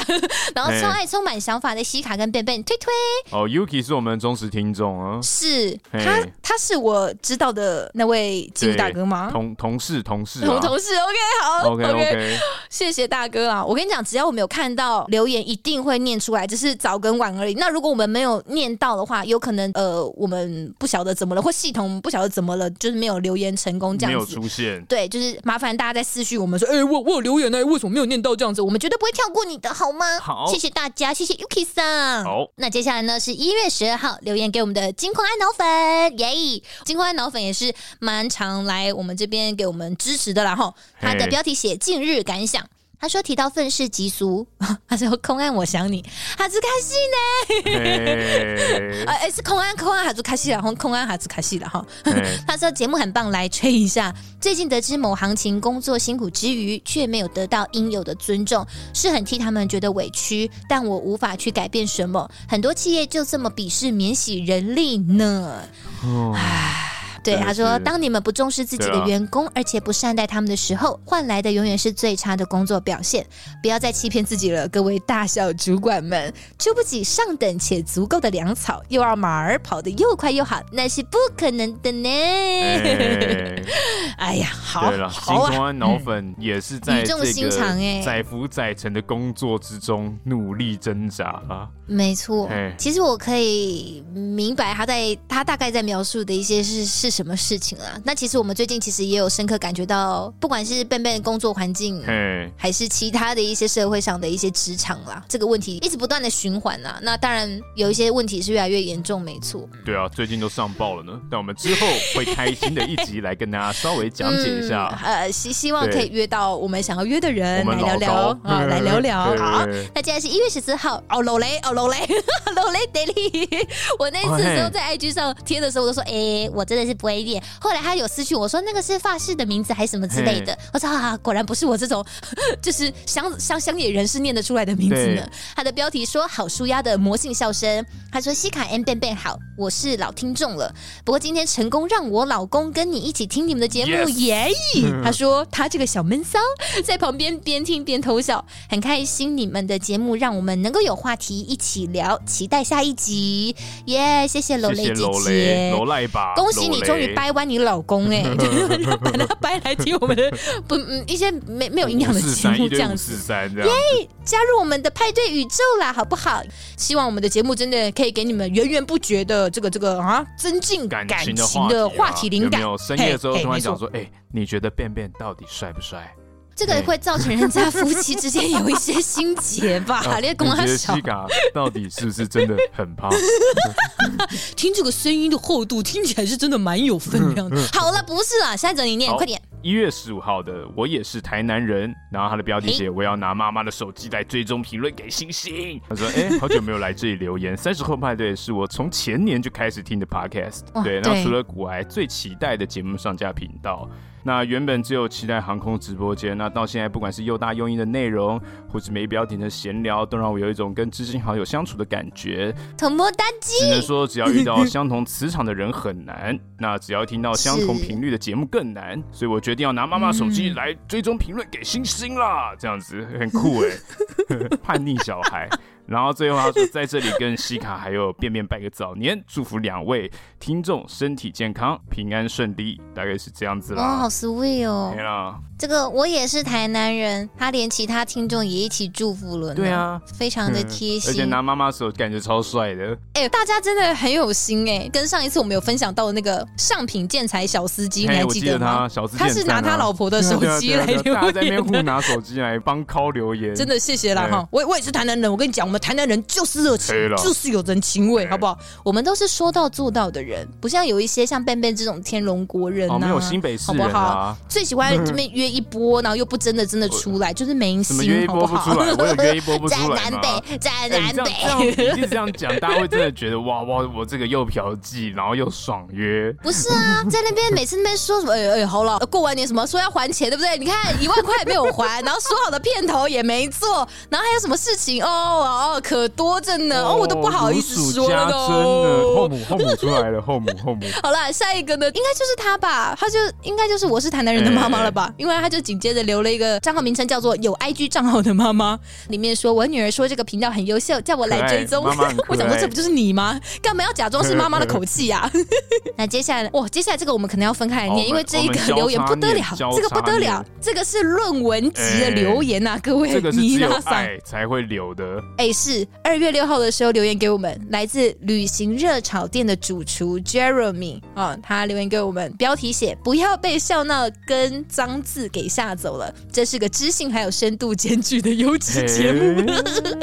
C: 然后超爱充满想法的西卡跟便便推推
A: 哦，Yuki 是我们的忠实听众啊，
C: 是
A: 嘿
C: 他，他是我知道的那位记录
A: 对
C: 大哥吗？
A: 同同事同事、啊，
C: 同同事，OK，好
A: OK OK，
C: 谢谢大哥啊！我跟你讲，只要我们有看到留言，一定会念出来，只是早跟晚而已。那如果我们没有念到的话，有可能呃，我们不晓得怎么了，或系统不晓得怎么了，就是没有留言成功这
A: 没
C: 样
A: 有
C: 子。
A: 出现。
C: 对，就是麻烦大家在私讯我们说，哎、我我有留言呢、为什么没有念到这样子？我们绝对不会跳过你的，好吗？
A: 好
C: 谢谢大家，谢谢 Yuki 桑。
A: 好，
C: 那接下来呢是一月十二号留言给我们的金矿安脑粉，耶、金矿安脑粉也是蛮常来我们这边给我们支持的啦吼。他的
A: 嘿
C: 标题写近日感想。他说提到愤世嫉俗， 他说空安我想你，哈兹卡西呢？
A: 嘿
C: 呃，哎、是空安空安哈兹卡西啦，空空安哈兹卡西啦哈。
A: 嘿
C: 他说节目很棒，来吹一下。最近得知某行情工作辛苦之余，却没有得到应有的尊重，是很替他们觉得委屈，但我无法去改变什么。很多企业就这么鄙视免洗人力呢。
A: 哦
C: 对，
A: 真的
C: 他说，
A: 是
C: 当你们不重视自己
A: 对
C: 的
A: 啊
C: 员工，而且不善待他们的时候，换来的永远是最差的工作表现。不要再欺骗自己了，各位大小主管们，出不起上等且足够的粮草，又让马儿跑得又快又好，那是不可能的呢。
A: 嗯嘿
C: 哎呀，好
A: 对了，
C: 好
A: 新
C: 啊，
A: 公安脑粉也是在
C: 语
A: 这
C: 重心长欸
A: 个载浮载沉的工作之中努力挣扎啊。
C: 没错
A: 嘿。
C: 其实我可以明白他在他大概在描述的一些是是什么事情啦。那其实我们最近其实也有深刻感觉到，不管是笨笨的工作环境。
A: 嘿，
C: 还是其他的一些社会上的一些职场啦，这个问题一直不断的循环啦。那当然有一些问题是越来越严重，没错。
A: 对啊，最近都上报了呢。但我们之后会开新的一集来跟大家稍微讲解一下。
C: 嗯呃，希希望
A: 对
C: 可以约到我们想要约的
A: 我
C: 人嗯来
A: 们
C: 聊
A: 老
C: 聊
A: 高
C: 啊，来聊聊
A: 对
C: 好。
A: 对
C: 那接下来是一月十四号哦，老雷哦，老雷， 老雷 daily。我那一次的时候在 IG 上贴的时候，我就说，哎、我真的是不会念。后来他有私讯我说，那个是发饰的名字还是什么之类的。我说啊，果然不是我这种 就是乡乡乡野人士念得出来的名字呢
A: 对。
C: 他的标题说好舒压的魔性笑声。他说西卡 M 贝贝好，我是老听众了。不过今天成功让我老公跟你一起听你们的节目
A: Yes
C: 耶！ 他说他这个小闷骚在旁边边听边偷笑，很开心你们的节目让我们能够有话题一起聊，期待下一集耶！谢谢楼
A: 谢
C: 雷
A: 谢
C: 姐
A: 楼雷，
C: 姐。
A: 楼赖吧，
C: 恭喜你
A: 楼雷
C: 终于掰弯你老公哎、就是他把他掰来听我们的不嗯一些没没有营养的节
A: 543
C: 目
A: 一
C: 这
A: 堆
C: 样
A: 五
C: 子，
A: 四三这样，
C: 加入我们的派对宇宙啦，好不好？希望我们的节目真的可以给你们源源不绝的这个这个啊增进
A: 感
C: 感
A: 情的
C: 情的话
A: 话
C: 题
A: 题
C: 灵
A: 啊
C: 感
A: 有没。有深夜的时候
C: 嘿
A: 突
C: 嘿没
A: 然
C: 错
A: 讲说，哎，你觉得便便到底帅不帅？
C: 这个
A: 对
C: 会造成人家夫妻之间有一些心结 吧？
A: 啊你
C: 啊连
A: 觉
C: 公安
A: 得
C: 小
A: 西卡到底是不是真的很胖？
C: 听这个声音的厚度，听起来是真的蛮有分量的。好了，不是啦，下一则你念，
A: 好
C: 快点。
A: 一月十五号的，我也是台南人。然后他的标题写：“我要拿妈妈的手机来追踪评论给星星。”他说：“哎、好久没有来这里留言。 三十后派对是我从前年就开始听的 podcast，
C: 哇
A: 对。
C: 对
A: 然后除了古癌，最期待的节目上架频道。那原本只有期待航空直播间，那到现在不管是又大又硬的内容，或是每一标点的闲聊，都让我有一种跟知心好友相处的感觉。
B: 同摸单
A: 只
B: 机
A: 能说，只要遇到相同磁场的人很 难，那只要听到相同
B: 是
A: 频率的节目更难。所以我决定要拿妈妈手机来追踪评论给星星啦，这样子很酷哎、 叛逆小孩。然后最后他说，在这里跟西卡还有便便拜个早年，祝福两位听众身体健康、平安顺利，大概是这样子
B: 哇，
A: 啦
B: 好。sweet 哦
A: 没！啦，
B: 这个我也是台南人，他连其他听众也一起祝福
C: 哦
B: 了呢，
A: 对啊，
B: 非常的贴
A: 而且
B: 心。
A: 拿妈妈手感觉超帅的，
B: 哎、大家真的很有心哎、跟上一次我们有分享到的那个上品建材小司机，你
A: 嘿
B: 还
A: 我
B: 记
A: 记得
B: 吗
A: 他？小资
B: 他是
A: 健赞
B: 拿
A: 啊
B: 他老婆的手机
A: 对
B: 来
A: 啊对啊对
B: 留
A: 啊大家在那边
B: 言
A: 互
B: 的，
A: 拿手机来帮敲留言，
B: 真的谢谢啦
A: 对
B: 哈！我我也是台南人，我跟你讲，我们台南人就是热情
A: 对，了
B: 就是有人情味，
A: 对
B: 好不好？我们都是说到做到的人，不像有一些像笨笨这种天龙国人啊
A: 哦，没
B: 呐、
A: 有新北市
B: 好不
A: 人啊
B: 好，最喜欢这边约一波，然后又不真的真的出来，就是没
A: 呃什么
B: 心，
A: 约一
B: 好不
A: 波不出
B: 好？
A: 来，我有约一波不
C: 在
A: 出来
C: 南
A: 吗？
C: 北，在
A: 哎
C: 南
A: 你这
C: 北。
A: 样这样，你一直这样讲，大家会真的觉得哇哇，我这个又嫖妓，然后又爽约，
B: 不是啊，在那边每次那边说什么，哎、 哎、好了，过完年什么说要还钱，对不对？你看一万块也没有还，然后说好的片头也没做，然后还有什么事情哦哦哦，可多着呢，哦，我都不好意
A: 如
B: 思
A: 数
B: 说
A: 家
B: 了
A: 珍呢后
B: 哦。
A: 母后母出来了，后母后母，
B: 好啦，下一个呢，应该就是他吧，他就应该就是我是台南人的妈妈了
A: 哎
B: 吧，因为他就紧接着留了一个账号名称叫做有 IG 账号的 妈妈，里面说我女儿说这个频道很优秀，叫我来追踪。
A: 可爱妈妈很可爱
B: 我想说这不就是你吗？干嘛要假装是妈妈的口气呀、
A: 嗯
B: 那接下来呢，哇，接下来这个我们可能要分开来
A: 好我
B: 念，
A: 们
B: 因为这一
A: 哦我们
B: 个
A: 交叉
B: 留言不得了
A: 念交，叉
B: 这个不得了
A: 念，
B: 这个是论文级的留言呐、各位
A: 欸哎这个是
B: 你
A: 只有
B: 拉嗓。
A: 爱才会留 的，
B: 哎，是二月六号的时候留言给我们，来自旅行热炒店的主厨 Jeremy 啊、他留言给我们，标题写“不要被笑闹跟脏字给吓走了”，这是个知性还有深度兼具的优质节目。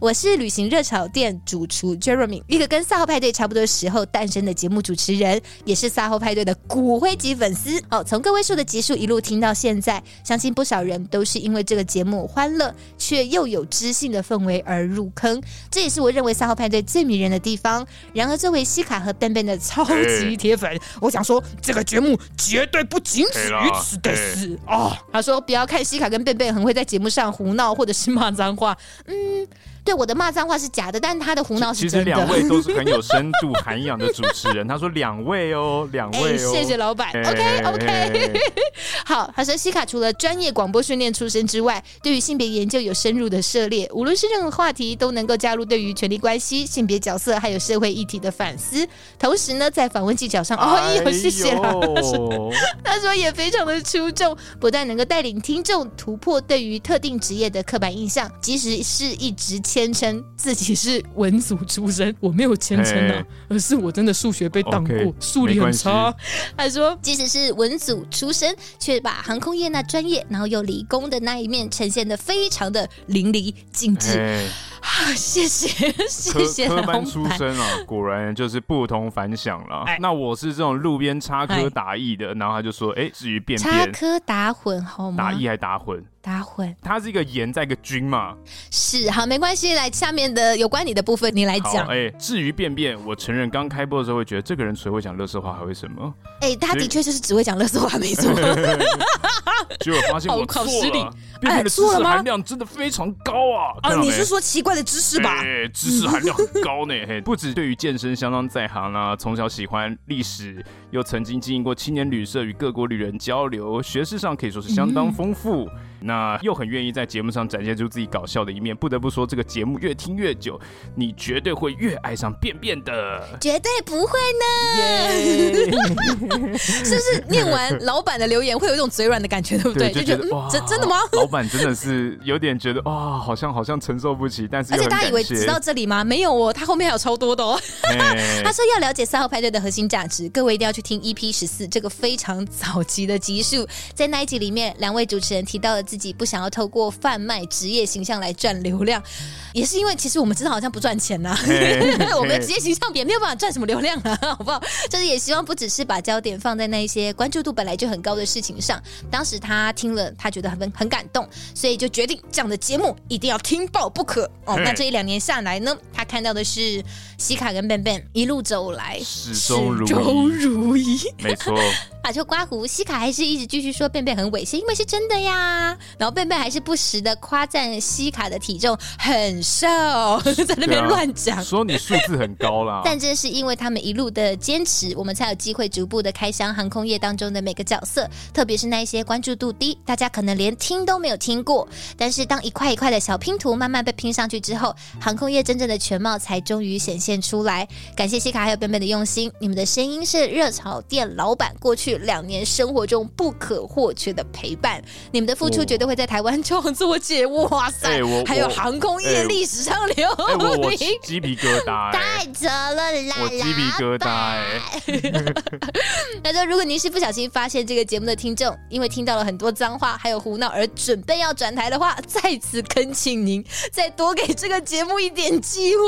B: 我是旅行热炒店主厨 Jeremy，一个跟赛后派对差不多时候诞生的节目主持人，也是赛后派对的骨灰级粉丝哦。从个位数的集数一路听到现在，相信不少人都是因为这个节目欢乐却又有知性的氛围而入坑，这也是我认为赛后派对最迷人的地方。然而，作为西卡和笨笨的超级铁粉，我想说这个节目绝对不仅止于此的事哦。他说不要看西卡跟笨笨很会在节目上胡闹或者是骂脏话，嗯
C: 对，我的骂脏话是假的，但他
B: 他的胡闹
A: 其
B: 是
A: 实
B: 真
A: 两
B: 的。
A: 位都是很有深度涵养的主持人，他说两位哦，两
B: 哎、
A: 位哦，哎
B: 谢谢老板。OK OK，
A: OK，
B: 好。他说西卡除了专业广播训练出身之外，对于性别研究有深入的涉猎，无论是任何话题都能够加入对于权力关系、性别角色还有社会议题的反思。同时呢，在访问技巧
A: 啊
B: 上，哦，哎呦，谢谢啦。
A: 了。
B: 他说也非常的出众，不但能够带领听众突破对于特定职业的刻板印象，即使是一直谦称自己 是文组出身，我没有谦称啊
A: 嘿，
B: 而是我真的数学被挡过
A: OK，
B: 数理
A: 没
B: 很
A: 关系
B: 差。他说
C: 即使是文组出身，却把航空业那专业，然后又理工的那一面呈现的非常的淋漓尽致。
A: 哎
B: 啊， 谢谢谢
A: 科
B: 谢
A: 科
B: 老
A: 班出
B: 板。
A: 身 啊，果然就是不同凡响啦。
B: 哎
A: 那我是这种路边插
B: 哎
A: 科打诨的，然后他就说，哎、至于便
B: 插
A: 便
B: 科打诨好
A: 打
B: 吗？
A: 诨还打混，
B: 打诨
A: 它是一个言在一个君嘛。
B: 哎是好，没关系。来，下面的有关你的部分，你来
A: 好，
B: 讲。
A: 哎、至于便便，我承认刚开播的时候会觉得这个人谁会讲乐色话，还会什么？
B: 哎、他的确就是只会讲乐色话，没错。
A: 结果发现我
B: 好
A: 错
B: 考失礼
A: 了，便便的知
B: 错了
A: 识
B: 吗
A: 含量真的非常高啊！
B: 啊，
A: 看到
B: 你
A: 没
B: 是说奇怪的知识吧？
A: 哎知识含量很高呢。嘿，不止对于健身相当在行啦、从小喜欢历史，又曾经经营过青年旅社与各国旅人交流，学识上可以说是相当丰富。那又很愿意在节目上展现出自己搞笑的一面，不得不说，这个节目越听越久，你绝对会越爱上便便的。
C: 绝对不会
B: 是不是念完老板的留言会有一种嘴软的感觉，对不对？
A: 就觉
B: 觉得
A: 得哇
B: 嗯，，真真的吗？？
A: 老板真的是有点觉得哇，好像好像承受不起，但是
B: 而
A: 又
B: 且
A: 很
B: 大家以为
A: 感谢
B: 只到这里吗？没有哦，他后面还有超多的哦。
A: 哎
B: 他说要了解三号派对的核心价值，各位一定要去听 EP 十四这个非常早期的集数。在那一集里面，两位主持人提到了自己不想要透过贩卖职业形象来赚流量，也是因为其实我们知道好像不赚钱呐、
A: 嘿
B: 我们的职业形象也没有办法赚什么流量啊， 好不好？就是也希望不只是把焦点放在那一些关注度本来就很高的事情上。当时他听了，他觉得很很感动，所以就决定这样的节目一定要听爆不可哦。
A: 嘿
B: 那这一两年下来呢，他看到的是西卡跟笨笨一路走来。
A: 始终如
B: 始终
A: 一，
B: 如一，
A: 没错，
C: 啊，就刮胡西卡还是一直继续说贝贝很猥亵，因为是真的呀。然后贝贝还是不时的夸赞西卡的体重很瘦， 在那
A: 啊
C: 边乱讲。，
A: 说你数字很高啦
C: 但正是因为他们一路的坚持，我们才有机会逐步的开箱航空业当中的每个角色，特别是那一些关注度低，大家可能连听都没有听过。但是当一块一块的小拼图慢慢被拼上去之后，航空业真正的全貌才终于显现出来。感谢西卡还有贝贝的用心，你们的声音是热炒店老板过去两年生活中不可或缺的陪伴，你们的付出
A: 哦
C: 绝对会在台湾创作界，哇塞，
A: 哎我
C: 还有
A: 我
C: 航空业
A: 哎
C: 历史上留
A: 哎、我 我
C: 名。
A: 鸡皮疙瘩、哎
C: 太扯了啦！
A: 我鸡皮疙瘩、哎，
C: 那就如果您是不小心发现这个节目的听众，因为听到了很多脏话还有胡闹而准备要转台的话，在此恳请您再多给这个节目一点机 会，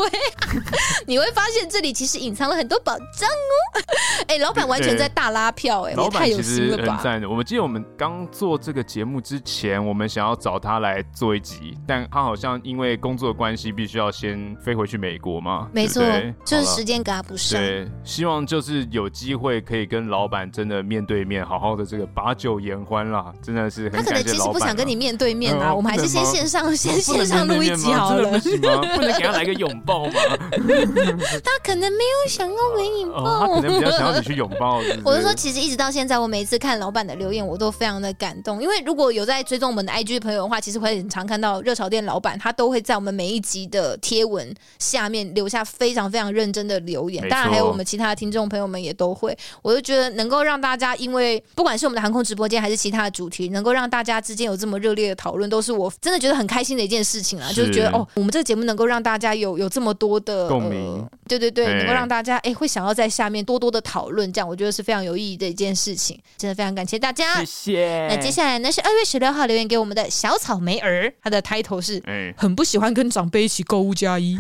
C: 你会发现这里其实隐藏了很多宝藏哦。哎、老板完全在大拉票、哎，
A: 老
C: 也太
A: 板
C: 有
A: 其
C: 心
A: 实
C: 了
A: 很
C: 吧！
A: 赞的。我们记得我们刚做这个节目之前，我们想要找他来做一集，但他好像因为工作关系，必须要先飞回去美国嘛。
C: 没错
A: 对不对，
C: 就是
A: 好了
C: 时间赶不上。
A: 对，希望就是有机会可以跟老板真的面对面，好好的这个把酒言欢啦，真的是
C: 他
A: 很
C: 可能
A: 感
C: 其
A: 谢
C: 实
A: 老
C: 不
A: 板
C: 想跟
A: 啊
C: 你面对面啊，
A: 嗯
C: 我们还是
A: 不能
C: 先
A: 吗哦
C: 线上先
A: 不能
C: 线上录一
A: 面对面
C: 集
A: 吗
C: 好
A: 真的
C: 了
A: 不。行吗？不能给他来个拥抱吗？
C: 他可能没有想要给 你啊
A: 哦，他
C: 抱，
A: 可能比较想要你去拥抱。是不是
C: 我就说，其实一直到现在，我每一次看老板的留言，我都非常的感动。因为如果有在追踪我们的 IG 朋友的话，其实会很常看到热炒店老板，他都会在我们每一集的贴文下面留下非常非常认真的留言。
A: 没错
C: 当然，还有我们其他的听众朋友们也都会。我就觉得能够让大家，因为不管是我们的航空直播间还是其他的主题，能够让大家之间有这么热烈的讨论，都是我真的觉得很开心的一件事情啊！
A: 是
C: 就是觉得哦，我们这个节目能够让大家有有这么多的
A: 共鸣
C: 呃对对对，
A: 对
C: 能够让大家哎、会想要在下面多多的讨论，这样我觉得是非常有意义的一件事情，真的非常感谢大家
A: 谢。谢。
C: 那接下来呢是二月十六号留言给我们的小草莓儿，他的 title 是
A: 哎，
C: 很不喜欢跟长辈一起购物 加一。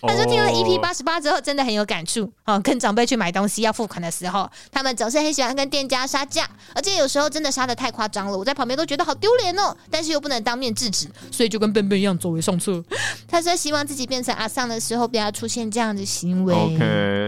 A: 哦
C: 他说听了 EP E 八十八之后，真的很有感触哦。跟长辈去买东西要付款的时候，他们总是很喜欢跟店家杀价，而且有时候真的杀的太夸张了，我在旁边都觉得好丢脸哦。但是又不能当面制止，所以就跟笨笨一样走为上策。他说希望自己变成阿桑的时候，不要出现这样的行为。笨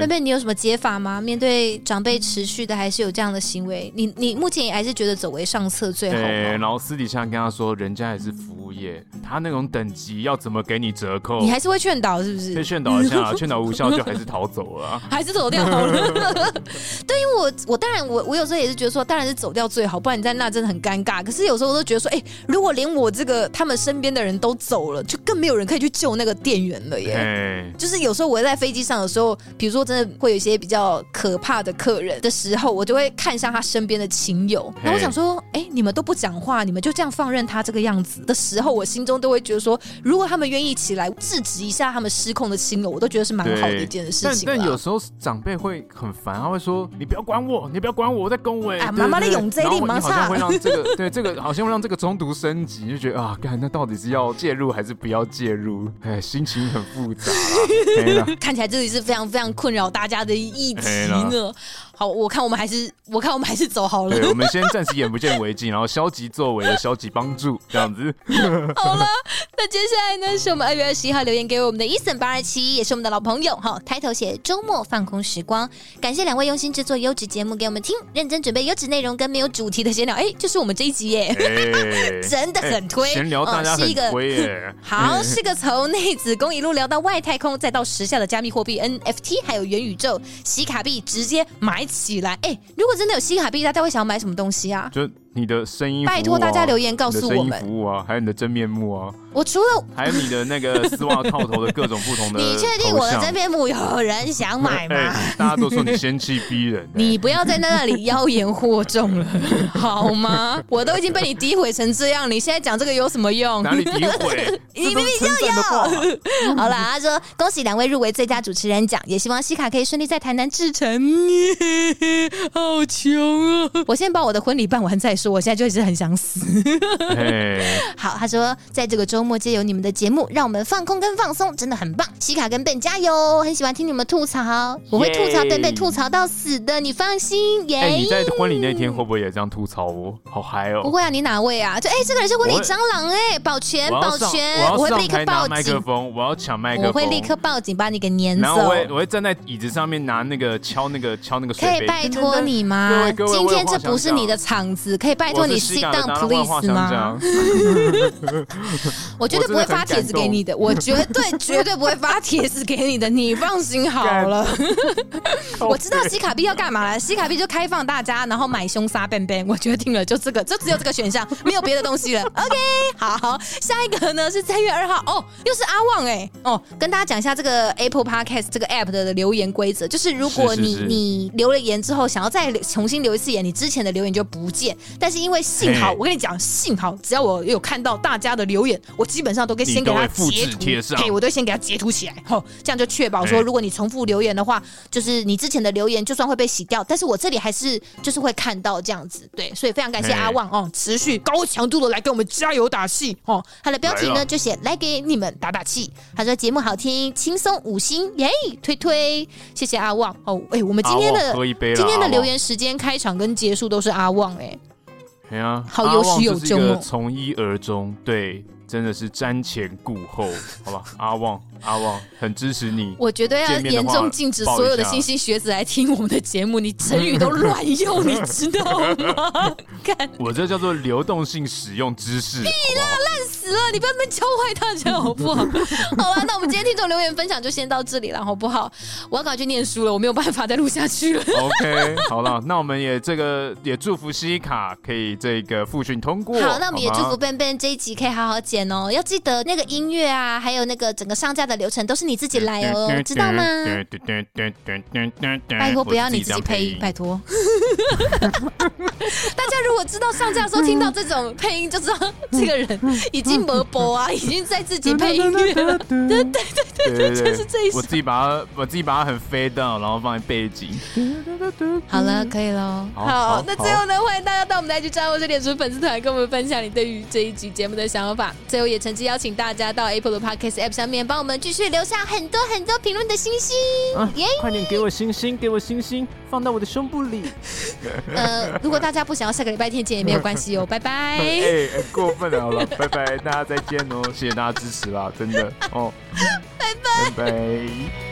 A: OK，
C: 笨，你有什么解法吗？面对长辈持续的还是有这样的行为，你你目前也还是觉得走为上策最好
A: 对，
C: 吗？
A: 哎然后私底下跟他说，人家也是服务业，他那种等级要怎么给你折扣
C: 你？还是会劝导是不是？
A: 被劝导一 下，劝导无效就还是逃走了啊。
C: 还是走掉 好了。对，因为我我当然我我有时候也是觉得说，当然是走掉最好，不然你在那真的很尴尬。可是有时候我都觉得说，哎、如果连我这个他们身边的人都走了，就更没有人可以去救那个店员了耶。
A: 哎，
C: 就是有时候我在飞机上的时候，比如说真的会有一些比较可怕的客人的时候，我就会看向他身边的亲友，然后我想说，哎、你们都不讲话，你们就这样放任他这个样子的时候，我心中都会觉得说，如果他们愿意起来制止一下他们失控的亲友，我都觉得是蛮好的一件事
A: 但
C: 情啊啦。
A: 但有时候长辈会很烦，他会说：“你不要管我，你不要管我，我在恭维。”
C: 啊
A: 对
C: 妈妈
A: 对
C: 在
A: 对
C: 用这
A: 然后
C: 你忙
A: 你好像
C: 啥
A: 会让这个 对这个好像会让这个冲突升级，就觉得啊，干那到底是要介入还是不要介入？哎，心情很复 杂啊哎啦。嘿啦
C: 看起来这里是非常非常困扰大家的议题
A: 哎
C: 呢。好，我看我们还是我看我们还是走好了。
A: 对，我们先暂时眼不见为净，然后消极作为的消极帮助这样子。
C: 那接下来呢，是我们二月二十一号留言给我们的 Eason 八二七，也是我们的老朋友哈。抬头写周末放空时光，感谢两位用心制作优质节目给我们听，认真准备优质内容跟没有主题的闲聊，哎，就是我们这一集耶，
A: 哎，
C: 真的很推
A: 哎闲聊大家
C: 哦是
A: 很
C: 一个
A: 推耶。
C: 好，是个从内子宫一路聊到外太空，再到时下的加密货币 NFT，还有元宇宙，洗卡币直接买起来。哎、如果真的有洗卡币，大家会想要买什么东西啊？
A: 就你的声音服务啊，
C: 拜托大家留言告
A: 你的
C: 诉
A: 声
C: 我
A: 音
C: 们。
A: 服务啊，还有你的真面目啊，
C: 我除了
A: 还有你的那个丝袜套头的各种不同的头像。
C: 你确定我的真面目有人想买吗？
A: 哎大家都说你仙气逼人、
C: 你不要在那里妖言惑 众了，好吗？我都已经被你诋毁成这样，你现在讲这个有什么用
A: 哎？哪里诋毁？
C: 你明明
A: 就有。
C: 好啦，他说恭喜两位入围最佳主持人奖，也希望西卡可以顺利 在台南制成。好穷啊！我先把我的婚礼办完再说，我现在就一直很想死。
A: 嘿，
C: 好，他说在这个周末借由你们的节目，让我们放空跟放松，真的很棒。西卡跟 Ben 加油，很喜欢听你们吐槽，我会吐槽
A: Yay
C: 但被吐槽到死的，你放心耶。
A: 哎、你在婚礼那天会不会也这样吐槽我？好嗨
C: 不
A: 哦！
C: 会啊，你哪位啊？就哎、这个人是婚礼蟑螂哎、保全
A: 我要
C: 保
A: 上，
C: 全，
A: 我
C: 会
A: 要
C: 立
A: 上
C: 刻
A: 台拿
C: 报
A: 麦克
C: 警，
A: 风，我要抢麦克风，
C: 我会立刻报警把你给撵
A: 然后我
C: 走。
A: 会我会站在椅子上面拿那个敲那个敲那个水
C: 可
A: 杯。
C: 以拜托你吗？
A: 各位各位
C: 今天
A: 我有话
C: 这
A: 想
C: 不是
A: 讲
C: 你的场子，可以拜
A: 噔噔噔，
C: 托
A: 我
C: 你
A: 是
C: sit
A: 西港的
C: down
A: 达拉万花
C: please
A: 香
C: 吗
A: 酱？？
C: 我绝对不会发
A: 我真的很感动
C: 帖子给你的，我绝 对绝对不会发帖子给你的，你放心好 了。 我知道西卡币要干嘛了，西卡币就开放大家，然后买凶杀笨笨，我决定了，就这个，就只有这个选项，没有别的东西 了。OK，好，下一个呢是三月二号，哦，又是阿旺哎、哦，跟大家讲一下这个 Apple Podcast 这个 App 的留言规则，就是如果
A: 是
C: 你
A: 是是
C: 你留了言之后，想要再重新留一次言，你之前的留言就不见，但是因为幸好
A: 嘿
C: 我跟你讲，幸好只要我有看到大家的留言，我基本上都可以先给他
A: 你都会复制
C: 截图，
A: 贴上
C: 嘿，我都先给他截图起来，吼，这样就确保说，
A: 嘿
C: 如果你重复留言的话，就是你之前的留言就算会被洗掉，但是我这里还是就是会看到这样子，对，所以非常感谢
A: 嘿
C: 阿旺哦，持续高强度的来给我们加油打气哦。他的标题
A: 来
C: 呢
A: 了
C: 就写来给你们打打气，他说节目好听，轻松五星耶，推推，谢谢阿旺哦，哎，我们今天
A: 阿
C: 的
A: 旺喝一杯啦
C: 今天
A: 阿旺
C: 的留言时间开场跟结束都是阿旺哎。
A: 哎呀，
C: 好有始有终哦
A: 阿旺就是一个从一而终，对，真的是瞻前顾后，好吧？阿旺，阿旺，很支持你。
C: 我觉得要
A: 见面的
C: 严
A: 话
C: 重禁止啊所有的新兴学子来听我们的节目，你成语都乱 用，你知道吗？ 看
A: 我这叫做流动性使用知识，好
C: 死了，你不要在那边教坏大家好不好？好了，那我们今天听众留言分享就先到这里了，好不好？我要赶快去念书了，我没有办法再录下去了。
A: 不好？OK，好了，那我们也这个也祝福西卡可以这个复训通过。
C: 好，那我们也祝
A: 吗
C: 福笨笨这一集可以好好剪哦，要记得那个音乐啊，还有那个整个上架的流程都是你自己来哦，知道 吗？拜托不要你自己配音，拜托。 大家如果知道上架的时候听到这种配音，就知道这个人已经没 播啊，已经在自己配音乐了。
A: 对对对对 对，
C: 就是这一首
A: 我自己把它，我自己把它很飞 down，然后放在背景。
C: 好了，可以喽。
A: 好好
C: 嗯那最后呢，欢迎大家到我们的 IG 账号或者脸书粉丝团，跟我们分享你对于这一集节目的想法。最后也诚挚邀请大家到 Apple 的 Podcast App 上面，帮我们继续留下很多很多评论的星星。
A: 啊
C: 耶、
A: 快点给我星星，给我星星，放到我的胸部里。
C: 呃，如果大家不想要下个礼拜天见也没有关系哦，拜拜。
A: 哎、 哎过分了，好了， 拜 拜，大家再见哦，谢谢大家支持啦，真的哦，拜拜，拜拜。